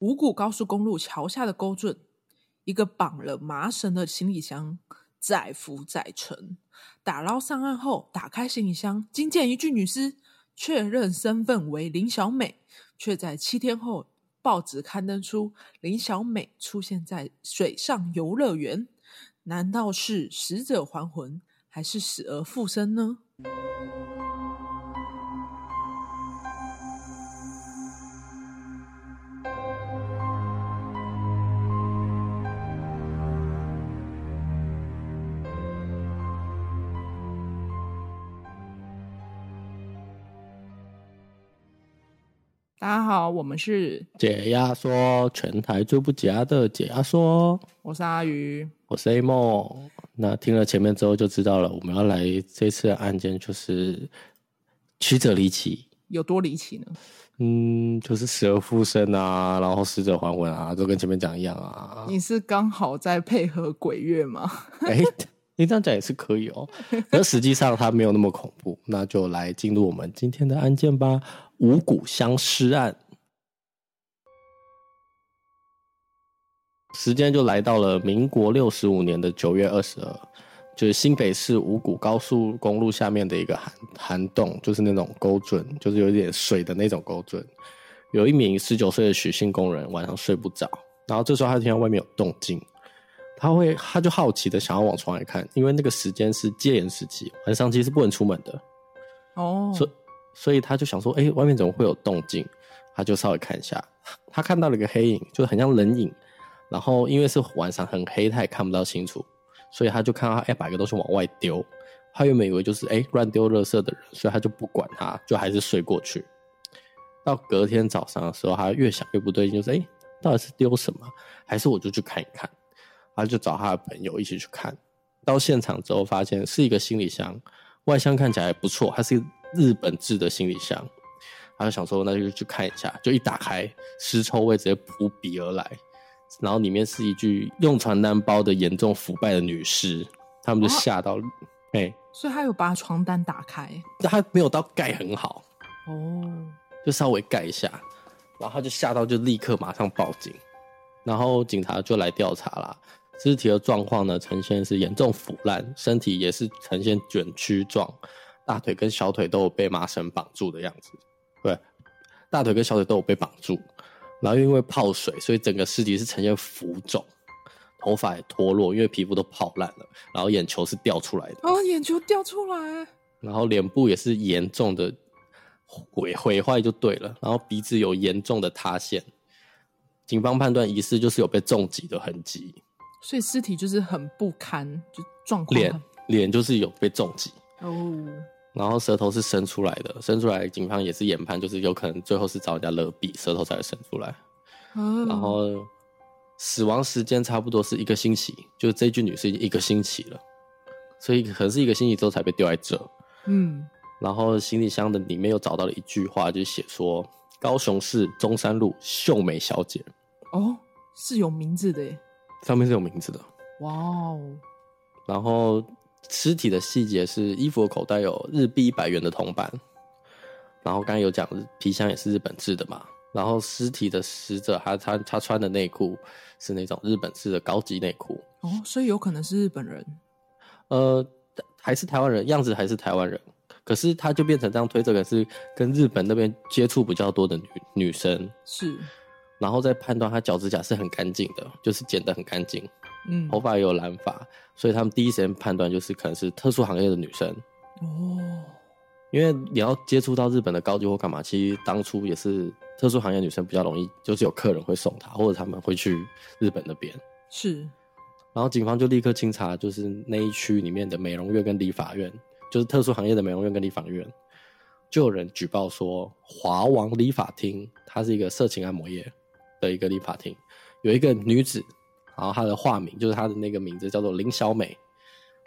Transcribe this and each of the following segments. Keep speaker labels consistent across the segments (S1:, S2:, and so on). S1: 五股高速公路桥下的沟圳，一个绑了麻绳的行李箱载浮载沉，打捞上岸后，打开行李箱，惊见一具女尸，确认身份为林小美，却在七天后，报纸刊登出林小美出现在水上游乐园。难道是死者还魂，还是死而复生呢？大家好，我们是
S2: 解压说，全台最不解压的解压说，
S1: 我是阿鱼，
S2: 我是 A 梦。那听了前面之后就知道了，我们要来这次的案件就是曲折离奇，
S1: 有多离奇呢？
S2: 嗯，就是死而复生啊，然后死者还魂啊，都跟前面讲一样啊。
S1: 你是刚好在配合鬼月吗？
S2: 哎、你这样讲也是可以哦，而实际上它没有那么恐怖。那就来进入我们今天的案件吧，五谷相尸案。时间就来到了民国六十五年的九月二十二，就是新北市五股高速公路下面的一个涵涵洞，就是那种沟圳，就是有点水的那种沟圳。有一名十九岁的许姓工人晚上睡不着，然后这时候他听到外面有动静，他会他就好奇的想要往窗外看，因为那个时间是戒严时期，晚上其实是不能出门的，
S1: 哦，
S2: 所所以他就想说，哎、外面怎么会有动静？他就稍微看一下，他看到了一个黑影，就很像人影。然后因为是晚上很黑，他也看不到清楚，所以他就看到他哎、把一个东西往外丢。他原本以为就是哎乱丢垃圾的人，所以他就不管他，就还是睡过去。到隔天早上的时候，他越想越不对劲，就是哎到底是丢什么？还是我就去看一看？他就找他的朋友一起去看。到现场之后，发现是一个行李箱，外箱看起来不错，它是日本制的行李箱。他就想说，那就去看一下，就一打开，尸臭味直接扑鼻而来，然后里面是一具用传单包的严重腐败的女尸，他们就吓到，哎、
S1: 所以他有把床单打开，
S2: 但他没有到盖很好，
S1: 哦，
S2: 就稍微盖一下，然后他就吓到，就立刻马上报警，然后警察就来调查啦。肢体的状况呢，呈现是严重腐烂，身体也是呈现卷曲状，大腿跟小腿都有被麻绳绑住的样子。对，大腿跟小腿都有被绑住，然后因为泡水，所以整个尸体是呈现浮肿，头发也脱落，因为皮肤都泡烂了，然后眼球是掉出来的。
S1: 啊，眼球掉出来，
S2: 然后脸部也是严重的毁毁坏就对了，然后鼻子有严重的塌陷，警方判断疑似就是有被重击的痕迹，
S1: 所以尸体就是很不堪，就状况
S2: 脸
S1: 很
S2: 脸就是有被重击，
S1: 哦，
S2: 然后舌头是伸出来的，伸出来警方也是研判就是有可能最后是找人家勒毙，舌头才会伸出来，
S1: 啊
S2: 然后死亡时间差不多是一个星期，就是这具女士已经一个星期了，所以可能是一个星期之后才被丢在这。
S1: 嗯，
S2: 然后行李箱的里面又找到了一句话，就写说高雄市中山路秀美小姐，
S1: 哦，是有名字的耶，
S2: 上面是有名字的。
S1: 哇哦，
S2: 然后尸体的细节是衣服的口袋有日币一百元的铜板，然后刚才有讲皮箱也是日本制的嘛。然后尸体的死者他他他穿的内裤是那种日本制的高级内裤，
S1: 哦，所以有可能是日本人，
S2: 呃，还是台湾人，样子还是台湾人，可是他就变成这样推测，可是跟日本那边接触比较多的女女生，
S1: 是，
S2: 然后再判断他脚趾甲是很干净的， 就是剪得很干净，
S1: 嗯，
S2: 头发也有染发，所以他们第一时间判断就是可能是特殊行业的女生，
S1: 哦，
S2: 因为你要接触到日本的高级或干嘛，其实当初也是特殊行业女生比较容易，就是有客人会送她，或者他们会去日本那边。
S1: 是，
S2: 然后警方就立刻清查，就是那一区里面的美容院跟理发院，就是特殊行业的美容院跟理发院，就有人举报说华王理发厅，它是一个色情按摩业的一个理发厅，有一个女子，然后她的化名就是她的那个名字叫做林小美，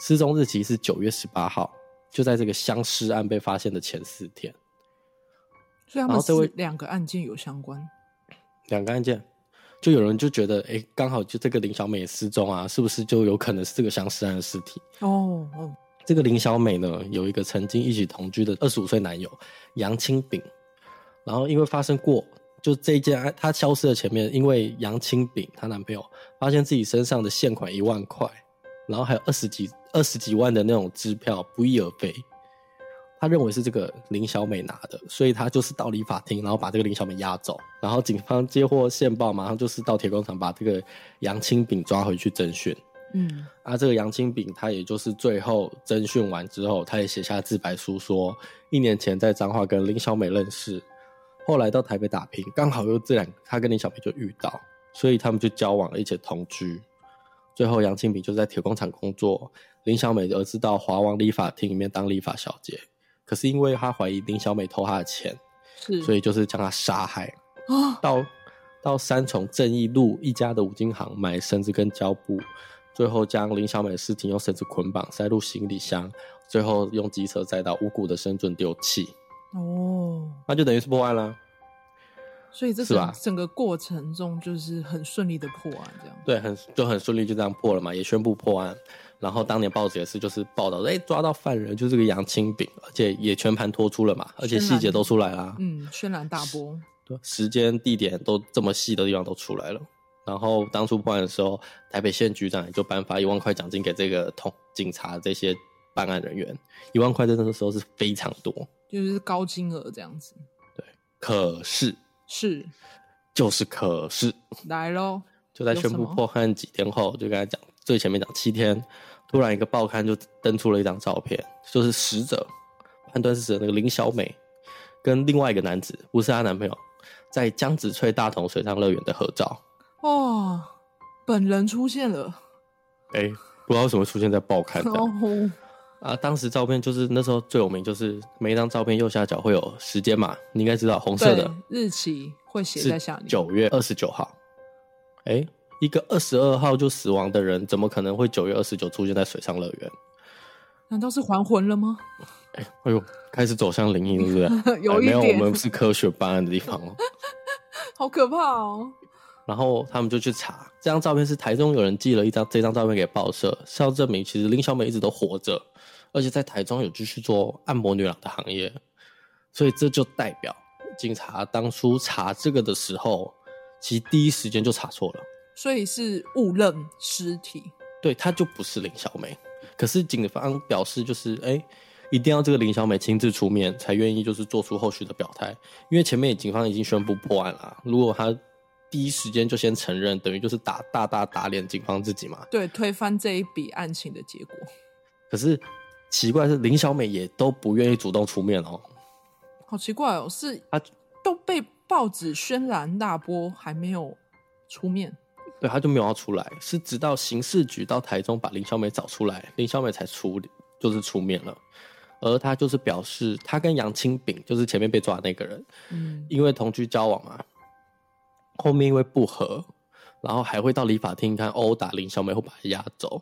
S2: 失踪日期是九月十八号，就在这个相尸案被发现的前四天，
S1: 所以他
S2: 然
S1: 们
S2: 后这位
S1: 是两个案件有相关，
S2: 两个案件。就有人就觉得，哎、刚好就这个林小美也失踪啊，是不是就有可能是这个相尸案的尸体？
S1: 哦哦，
S2: 这个林小美呢，有一个曾经一起同居的二十五岁男友杨清炳，然后因为发生过就这一件案，她消失的前面，因为杨清炳她男朋友发现自己身上的现款一万块，然后还有二十几二十几万的那种支票不翼而飞，他认为是这个林小美拿的，所以他就是到立法庭，然后把这个林小美押走，然后警方接获线报，马上就是到铁工厂把这个杨清炳抓回去侦讯。
S1: 嗯
S2: 啊，这个杨清炳他也就是最后侦讯完之后，他也写下自白书说，一年前在彰化跟林小美认识，后来到台北打拼，刚好又这两他跟林小美就遇到，所以他们就交往了，一起同居。最后，杨清炳就在铁工厂工作，林小美的儿子到华王理发厅里面当理发小姐。可是因为他怀疑林小美偷他的钱，
S1: 是，
S2: 所以就是将他杀害。
S1: 啊，
S2: 到到三重正义路一家的五金行买绳子跟胶布，最后将林小美的尸体用绳子捆绑塞入行李箱，最后用机车载到五谷的深圳丢弃，
S1: 哦，
S2: 那就等于是破案啦。
S1: 所以这
S2: 是吧
S1: 整整个过程中就是很顺利的破案，这样。
S2: 对，很就很顺利就这样破了嘛，也宣布破案。然后当年报纸也是就是报道，哎、抓到犯人就是个杨清炳，而且也全盘托出了嘛，而且
S1: 全盘
S2: 细节都出来啦。
S1: 嗯，轩然大波，
S2: 对，时间、地点都这么细的地方都出来了。然后当初办案的时候，台北县局长也就颁发一万块奖金给这个同警察这些办案人员，一万块在那时候是非常多。
S1: 就是高金额这样子。
S2: 可是，
S1: 是，
S2: 就是可是，
S1: 来喽，
S2: 就在
S1: 有
S2: 宣
S1: 什
S2: 布
S1: 么
S2: 破案几天后，就跟他讲最前面讲七天，突然一个报刊就登出了一张照片，就是死者判断是死者那个林小美跟另外一个男子，不是她男朋友，在江子翠大同水上乐园的合照。
S1: 哦，本人出现了，
S2: 哎、不知道为什么会出现在报刊的
S1: 哦，
S2: 啊。当时照片就是那时候最有名，就是每一张照片右下角会有时间嘛，你应该知道，红色
S1: 对
S2: 的，
S1: 日期会写
S2: 是
S1: 在下面。
S2: 九月二十九号。哎、一个二十二号就死亡的人，怎么可能会九月二十九出现在水上乐园？
S1: 难道是还魂了吗？
S2: 哎呦，开始走向灵异，对不对？
S1: 有
S2: 哎
S1: 一
S2: 没有，我
S1: 点
S2: 们是科学办案的地方哦。
S1: 好可怕哦！
S2: 然后他们就去查，这张照片是台中有人寄了一张这张照片给报社，是要证明其实林小美一直都活着，而且在台中有继续做按摩女郎的行业，所以这就代表警察当初查这个的时候，其实第一时间就查错了，
S1: 所以是误认尸体，
S2: 对，她就不是林小美。可是警方表示就是，哎，一定要这个林小美亲自出面才愿意，就是做出后续的表态，因为前面警方已经宣布破案了，如果她第一时间就先承认，等于就是打大大打脸警方自己嘛。
S1: 对，推翻这一笔案情的结果。
S2: 可是奇怪的是，林小美也都不愿意主动出面哦。
S1: 好奇怪哦，是
S2: 他
S1: 都被报纸轩然大波，还没有出面。
S2: 对，她就没有要出来，是直到刑事局到台中把林小美找出来，林小美才出就是出面了。而她就是表示，她跟杨清炳就是前面被抓的那个人，
S1: 嗯，
S2: 因为同居交往嘛，后面因为不和，然后还会到理法庭看殴打林小美，会把她押走，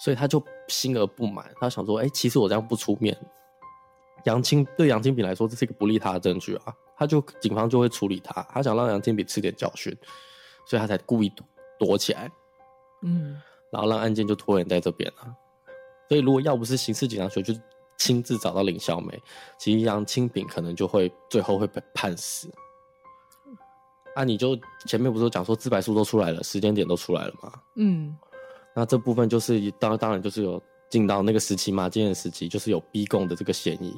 S2: 所以他就心而不满，他想说，哎、其实我这样不出面，杨清对杨清炳来说，这是一个不利他的证据啊，他就警方就会处理他，他想让杨清炳吃点教训，所以他才故意躲躲起来，
S1: 嗯，
S2: 然后让案件就拖延在这边啊。所以如果要不是刑事警察局就亲自找到林小美，其实杨清炳可能就会最后会被判死。啊，你就前面不是讲说自白书都出来了，时间点都出来了嘛？
S1: 嗯，
S2: 那这部分就是当当然就是有进到那个时期嘛，戒严时期就是有逼供的这个嫌疑。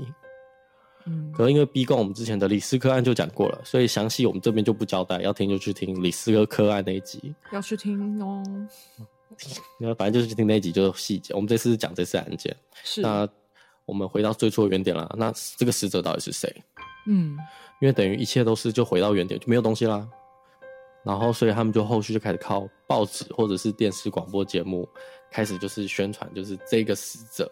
S1: 嗯，
S2: 可能因为逼供我们之前的李斯科案就讲过了，所以详细我们这边就不交代，要听就去听李斯科科案那一集。
S1: 要去听哦。
S2: 那反正就是听那一集就是细节。我们这次是讲这次案件，
S1: 是，
S2: 那我们回到最初的原点啦。那这个死者到底是谁？
S1: 嗯，
S2: 因为等于一切都是就回到原点，就没有东西啦。然后，所以他们就后续就开始靠报纸或者是电视广播节目开始就是宣传，就是这个死者。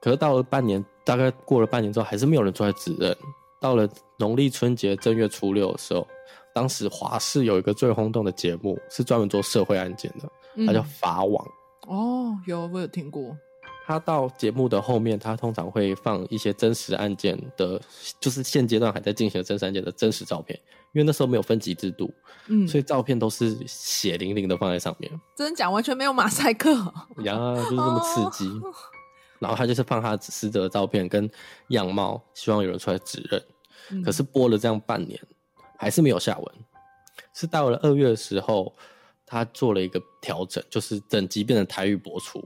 S2: 可是到了半年，大概过了半年之后，还是没有人出来指认。到了农历春节正月初六的时候，当时华视有一个最轰动的节目，是专门做社会案件的，
S1: 嗯
S2: 它叫法网。
S1: 哦，有我有听过，
S2: 他到节目的后面，他通常会放一些真实案件的，就是现阶段还在进行的真实案件的真实照片，因为那时候没有分级制度，
S1: 嗯，
S2: 所以照片都是血淋淋的放在上面，
S1: 真假完全没有马赛克，
S2: 呀，就是那么刺激。
S1: 哦
S2: 然后他就是放他死者的照片跟样貌，希望有人出来指认。
S1: 嗯
S2: 可是播了这样半年，还是没有下文。是到了二月的时候，他做了一个调整，就是整集变成台语播出，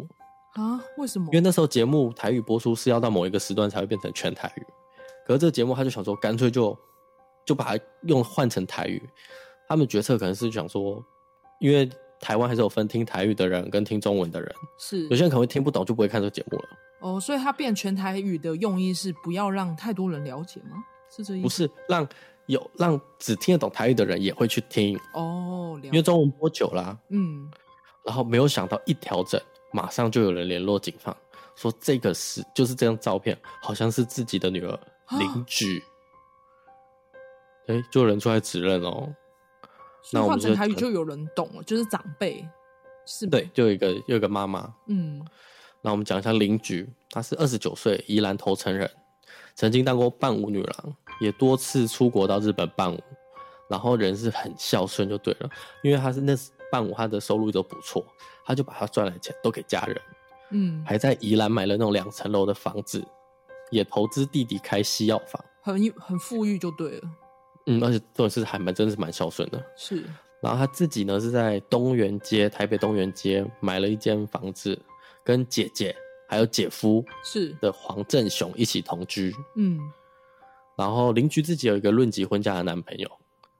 S1: 啊？为什么
S2: 因？为那时候节目台语播出是要到某一个时段才会变成全台语，可是这个节目他就想说，干脆就就把它用换成台语。他们决策可能是想说，因为台湾还是有分听台语的人跟听中文的人，
S1: 是
S2: 有些人可能会听不懂就不会看这个节目了。
S1: 哦，所以它变全台语的用意是不要让太多人了解吗？是这意思？
S2: 不是让有让只听得懂台语的人也会去听，
S1: 哦，了
S2: 因为
S1: 解。
S2: 中文播久啊啦、
S1: 嗯，
S2: 然后没有想到一调整，马上就有人联络警方，说这个是就是这张照片，好像是自己的女儿
S1: 啊
S2: 邻居。哎、就有人出来指认哦。
S1: 所
S2: 那
S1: 以
S2: 我
S1: 换
S2: 们
S1: 成
S2: 就
S1: 台语
S2: 很
S1: 就有人懂了，就是长辈，是吗
S2: 对，，就有一个有一个妈妈。
S1: 嗯，
S2: 那我们讲一下邻居，她是二十九岁宜兰头城人，曾经当过伴舞女郎，也多次出国到日本伴舞，然后人是很孝顺就对了，因为她是那时伴舞她的收入都不错，她就把她赚来的钱都给家人。
S1: 嗯，
S2: 还在宜兰买了那种两层楼的房子，也投资弟弟开西药房。
S1: 很很富裕就对了，
S2: 嗯，而且这种事还蛮真的是蛮孝顺的。
S1: 是
S2: 然后他自己呢是在东园街，台北东园街买了一间房子，跟姐姐还有姐夫
S1: 是，
S2: 的黄振雄一起同居。
S1: 嗯，
S2: 然后邻居自己有一个论及婚嫁的男朋友，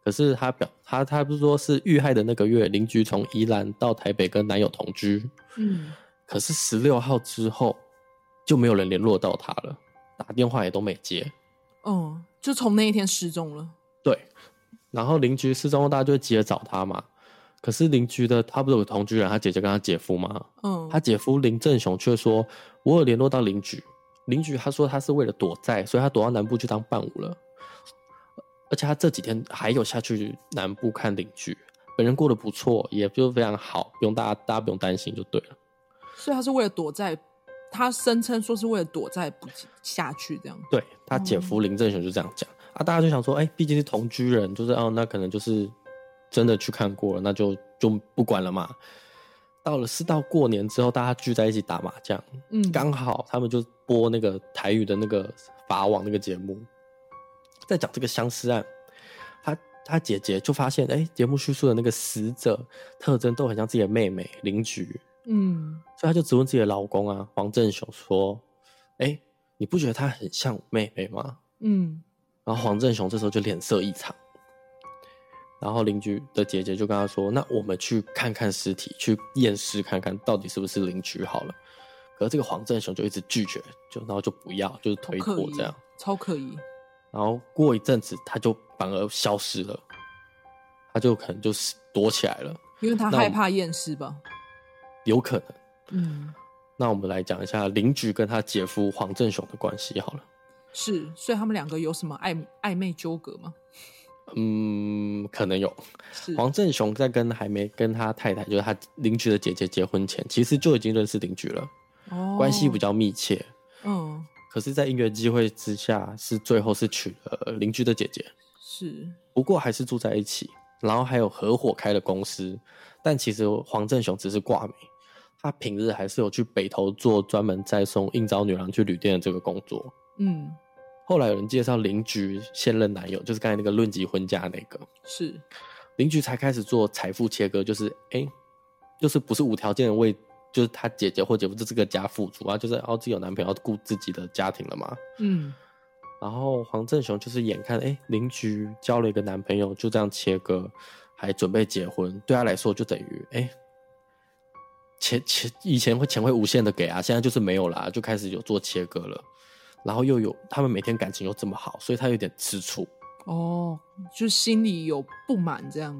S2: 可是他表他他不是说是遇害的那个月，邻居从宜兰到台北跟男友同居，
S1: 嗯，
S2: 可是十六号之后就没有人联络到他了，打电话也都没接。
S1: 哦，就从那一天失踪了，
S2: 对，然后邻居失踪后，大家就会急着找他嘛。可是邻居的他不是有个同居人，他姐姐跟他姐夫吗？
S1: 嗯，
S2: 他姐夫林正雄却说：“我有联络到邻居，邻居他说他是为了躲债，所以他躲到南部去当伴舞了。而且他这几天还有下去南部看邻居，本人过得不错，也就非常好，不用大家大家不用担心就对了。”
S1: 所以他是为了躲债，他声称说是为了躲债不下去这样，
S2: 对他姐夫林正雄就这样讲、啊，大家就想说，哎、毕竟是同居人，就是哦，那可能就是真的去看过了，那就就不管了嘛。到了是到过年之后，大家聚在一起打麻将，
S1: 嗯，
S2: 刚好他们就播那个台语的那个法网那个节目，在讲这个相思案。他他姐姐就发现，哎、节目叙述的那个死者特征都很像自己的妹妹林菊，
S1: 嗯，
S2: 所以她就质问自己的老公啊黄正雄说：“哎、你不觉得她很像我妹妹吗？”
S1: 嗯，
S2: 然后黄振雄这时候就脸色异常，然后邻居的姐姐就跟他说：“那我们去看看尸体，去验尸看看到底是不是邻居好了。”可是这个黄振雄就一直拒绝，就然后就不要，就是
S1: 好
S2: 推
S1: 可
S2: 脱
S1: 疑
S2: 这样。，
S1: 超可疑，
S2: 然后过一阵子，他就反而消失了，他就可能就是躲起来了，
S1: 因为他
S2: 那
S1: 害
S2: 我
S1: 怕验尸吧，
S2: 有可能。
S1: 嗯，
S2: 那我们来讲一下邻居跟他姐夫黄振雄的关系好了。
S1: 是，所以他们两个有什么暧暧昧纠葛吗？
S2: 嗯，可能有。
S1: 是，
S2: 黄振雄在跟还没跟他太太，就是他邻居的姐姐结婚前，其实就已经认识邻居了，
S1: 哦
S2: 关系比，较密切。
S1: 嗯，
S2: 可是，在因缘机会之下，是最后是娶了邻居的姐姐，
S1: 是，
S2: 不过还是住在一起，然后还有合伙开了公司。但其实黄振雄只是挂名，他平日还是有去北投做专门再送应招女郎去旅店的这个工作。
S1: 嗯，
S2: 后来有人介绍邻居现任男友，就是刚才那个论及婚嫁那个，
S1: 是，
S2: 邻居才开始做财富切割，就是哎、诶就是不是无条件的为，就是他姐姐或姐夫这这个家付出啊，就是哦自己有男朋友要顾自己的家庭了嘛。
S1: 嗯，
S2: 然后黄振雄就是眼看哎邻、居交了一个男朋友，就这样切割，还准备结婚，对他来说就等于哎、诶钱钱以前会钱会无限的给啊，现在就是没有啦，就开始有做切割了。然后又有他们每天感情又这么好，所以他有点吃醋。
S1: 哦，就心里有不满这样，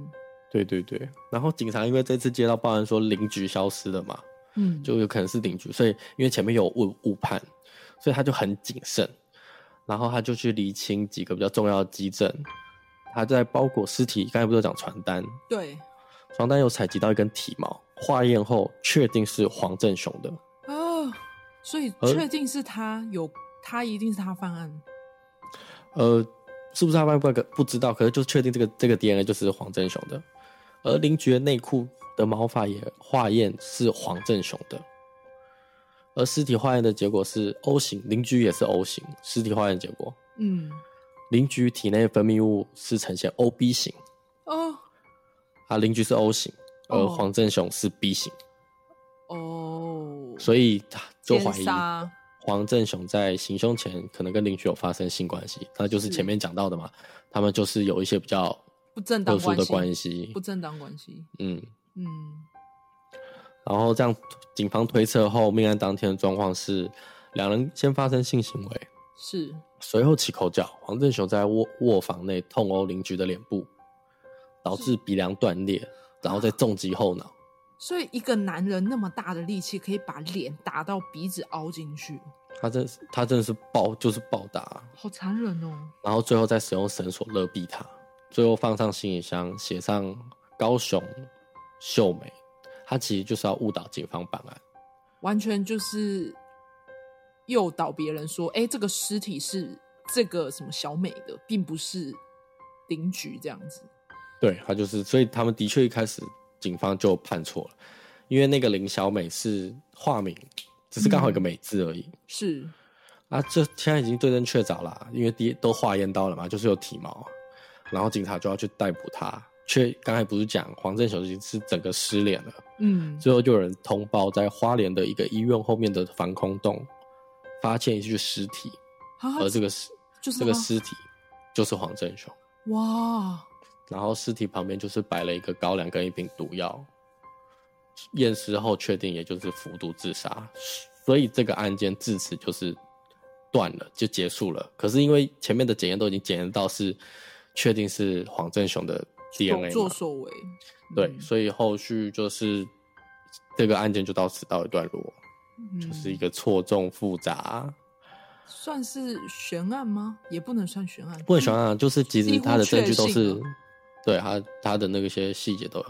S2: 对对对，然后警察因为这次接到报案说邻居消失了嘛，
S1: 嗯，
S2: 就有可能是邻居，所以因为前面有误误判，所以他就很谨慎，然后他就去厘清几个比较重要的基证。他在包裹尸体，刚才不是有讲传单，
S1: 对
S2: 传单有采集到一根体毛，化验后确定是黄振雄的。
S1: 啊，所以
S2: 而
S1: 确定是他有，他一定是他犯案，
S2: 呃，是不是他犯不不知道，可是就确定这个这个 DNA 就是黄振雄的。而邻居的内裤的毛发也化验是黄振雄的，而尸体化验的结果是 O 型，邻居也是 O 型，尸体化验结果。
S1: 嗯，
S2: 邻居体内分泌物是呈现 O B 型，
S1: 哦
S2: 他邻居是 O 型，而
S1: 哦
S2: 黄正雄是 B 型，
S1: 哦，
S2: 所以他就怀
S1: 奸
S2: 疑
S1: 杀
S2: 黄正雄在行凶前可能跟邻居有发生性关系，那就是
S1: 是
S2: 前面讲到的嘛，他们就是有一些比较
S1: 不正当
S2: 特殊
S1: 关
S2: 的
S1: 系，
S2: 关系
S1: 不，正当关系，
S2: 嗯，
S1: 嗯，
S2: 然后这样警方推测后，命案当天的状况是两人先发生性行为，
S1: 是
S2: 随后起口角，黄正雄在卧卧房内痛殴邻居的脸部，导致鼻梁断裂，然后再重击后脑。
S1: 所以一个男人那么大的力气，可以把脸打到鼻子凹进去，
S2: 他真是他真的是暴就是暴打，
S1: 好残忍哦！
S2: 然后最后再使用绳索勒毙他，最后放上行李箱，写上高雄秀美。他其实就是要误导警方办案，
S1: 完全就是诱导别人说：“哎、这个尸体是这个什么小美的，并不是邻居这样子。
S2: 对他就是，所以他们的确一开始警方就判错了，因为那个林小美是化名，只是刚好有个
S1: 嗯
S2: 美字而已。”
S1: 是
S2: 啊，这现在已经对证确凿啦，因为第一都化验到了嘛，就是有体毛，啊然后警察就要去逮捕他。却刚才不是讲黄正雄已经是整个失联了，
S1: 嗯，
S2: 最后就有人通报在花莲的一个医院后面的防空洞发现一具尸体，
S1: 啊，
S2: 呃而这个尸
S1: 就是哦
S2: 这个
S1: 他
S2: 尸体就是黄正雄，
S1: 哇，
S2: 然后尸体旁边就是摆了一个高粱跟一瓶毒药，验尸后确定也就是服毒自杀，所以这个案件至此就是断了，就结束了。可是因为前面的检验都已经检验到是确定是黄正雄的
S1: 所
S2: DNA
S1: 作
S2: 嘛，
S1: 所为，
S2: 对，
S1: 嗯
S2: 所以后续就是这个案件就到此到一段落，
S1: 以
S2: 就是一个错综复杂。
S1: 嗯算是悬案吗？也不能算悬案，
S2: 不很喜欢啊，就是即
S1: 几
S2: 使
S1: 乎
S2: 他的证据都
S1: 确
S2: 是
S1: 信了，
S2: 对他他的那个些细节都有，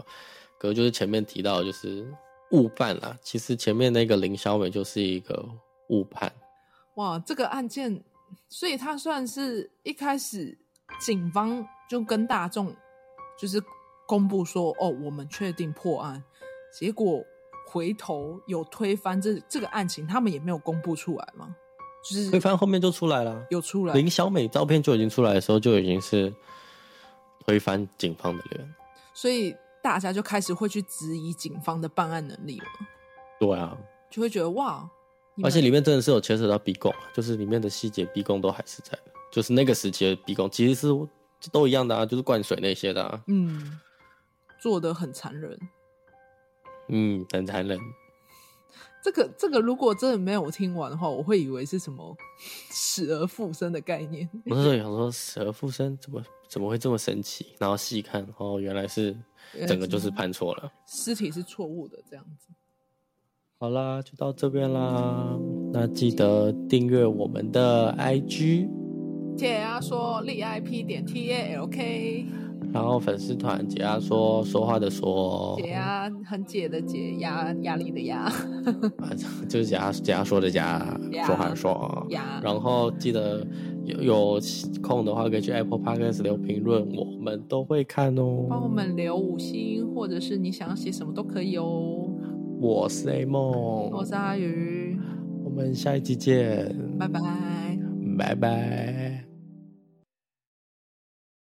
S2: 可是就是前面提到的就是误判啦。其实前面那个林小美就是一个
S1: 嗯
S2: 误判，
S1: 哇，这个案件，所以他算是一开始警方就跟大众就是公布说，哦，我们确定破案，结果回头有推翻这这个案情，他们也没有公布出来嘛，就是
S2: 推翻后面就出来了。
S1: 有出来，
S2: 林小美照片就已经出来的时候，就已经是推翻警方的脸。
S1: 所以大家就开始会去质疑警方的办案能力了，
S2: 对啊，
S1: 就会觉得哇，你
S2: 而
S1: 们
S2: 且里面真的是有牵扯到逼供，啊就是里面的细节逼供都还是在的，就是那个时期的逼供其实是都一样的啊，就是灌水那些的、啊，
S1: 嗯，做的很残忍。
S2: 嗯，很残忍。
S1: 这个这个如果真的没有听完的话，我会以为是什么死而复生的概念。
S2: 我那时候也想说，死而复生怎么怎么会这么神奇？然后细看，哦，原来是
S1: 原来
S2: 整个就是是判错了。
S1: 尸体是错误的这样子。
S2: 好啦，就到这边啦。那记得订阅我们的 IG，
S1: 解压说 l i p 点 t a l k，
S2: 然后粉丝团解压说说话的说，
S1: 解压很解的解压压力的压
S2: 啊 就是解压解压说的解压
S1: 呀
S2: 说话的说。
S1: 压。
S2: 然后记得有有空的话，可以去 Apple Podcast 留评论，我们都会看
S1: 帮我
S2: 哦。
S1: 们留五星，或者是你想要写什么都可以哦。
S2: 我是 A 梦，
S1: 我是阿鱼，
S2: 我们下一集见，
S1: 拜拜。
S2: 拜拜。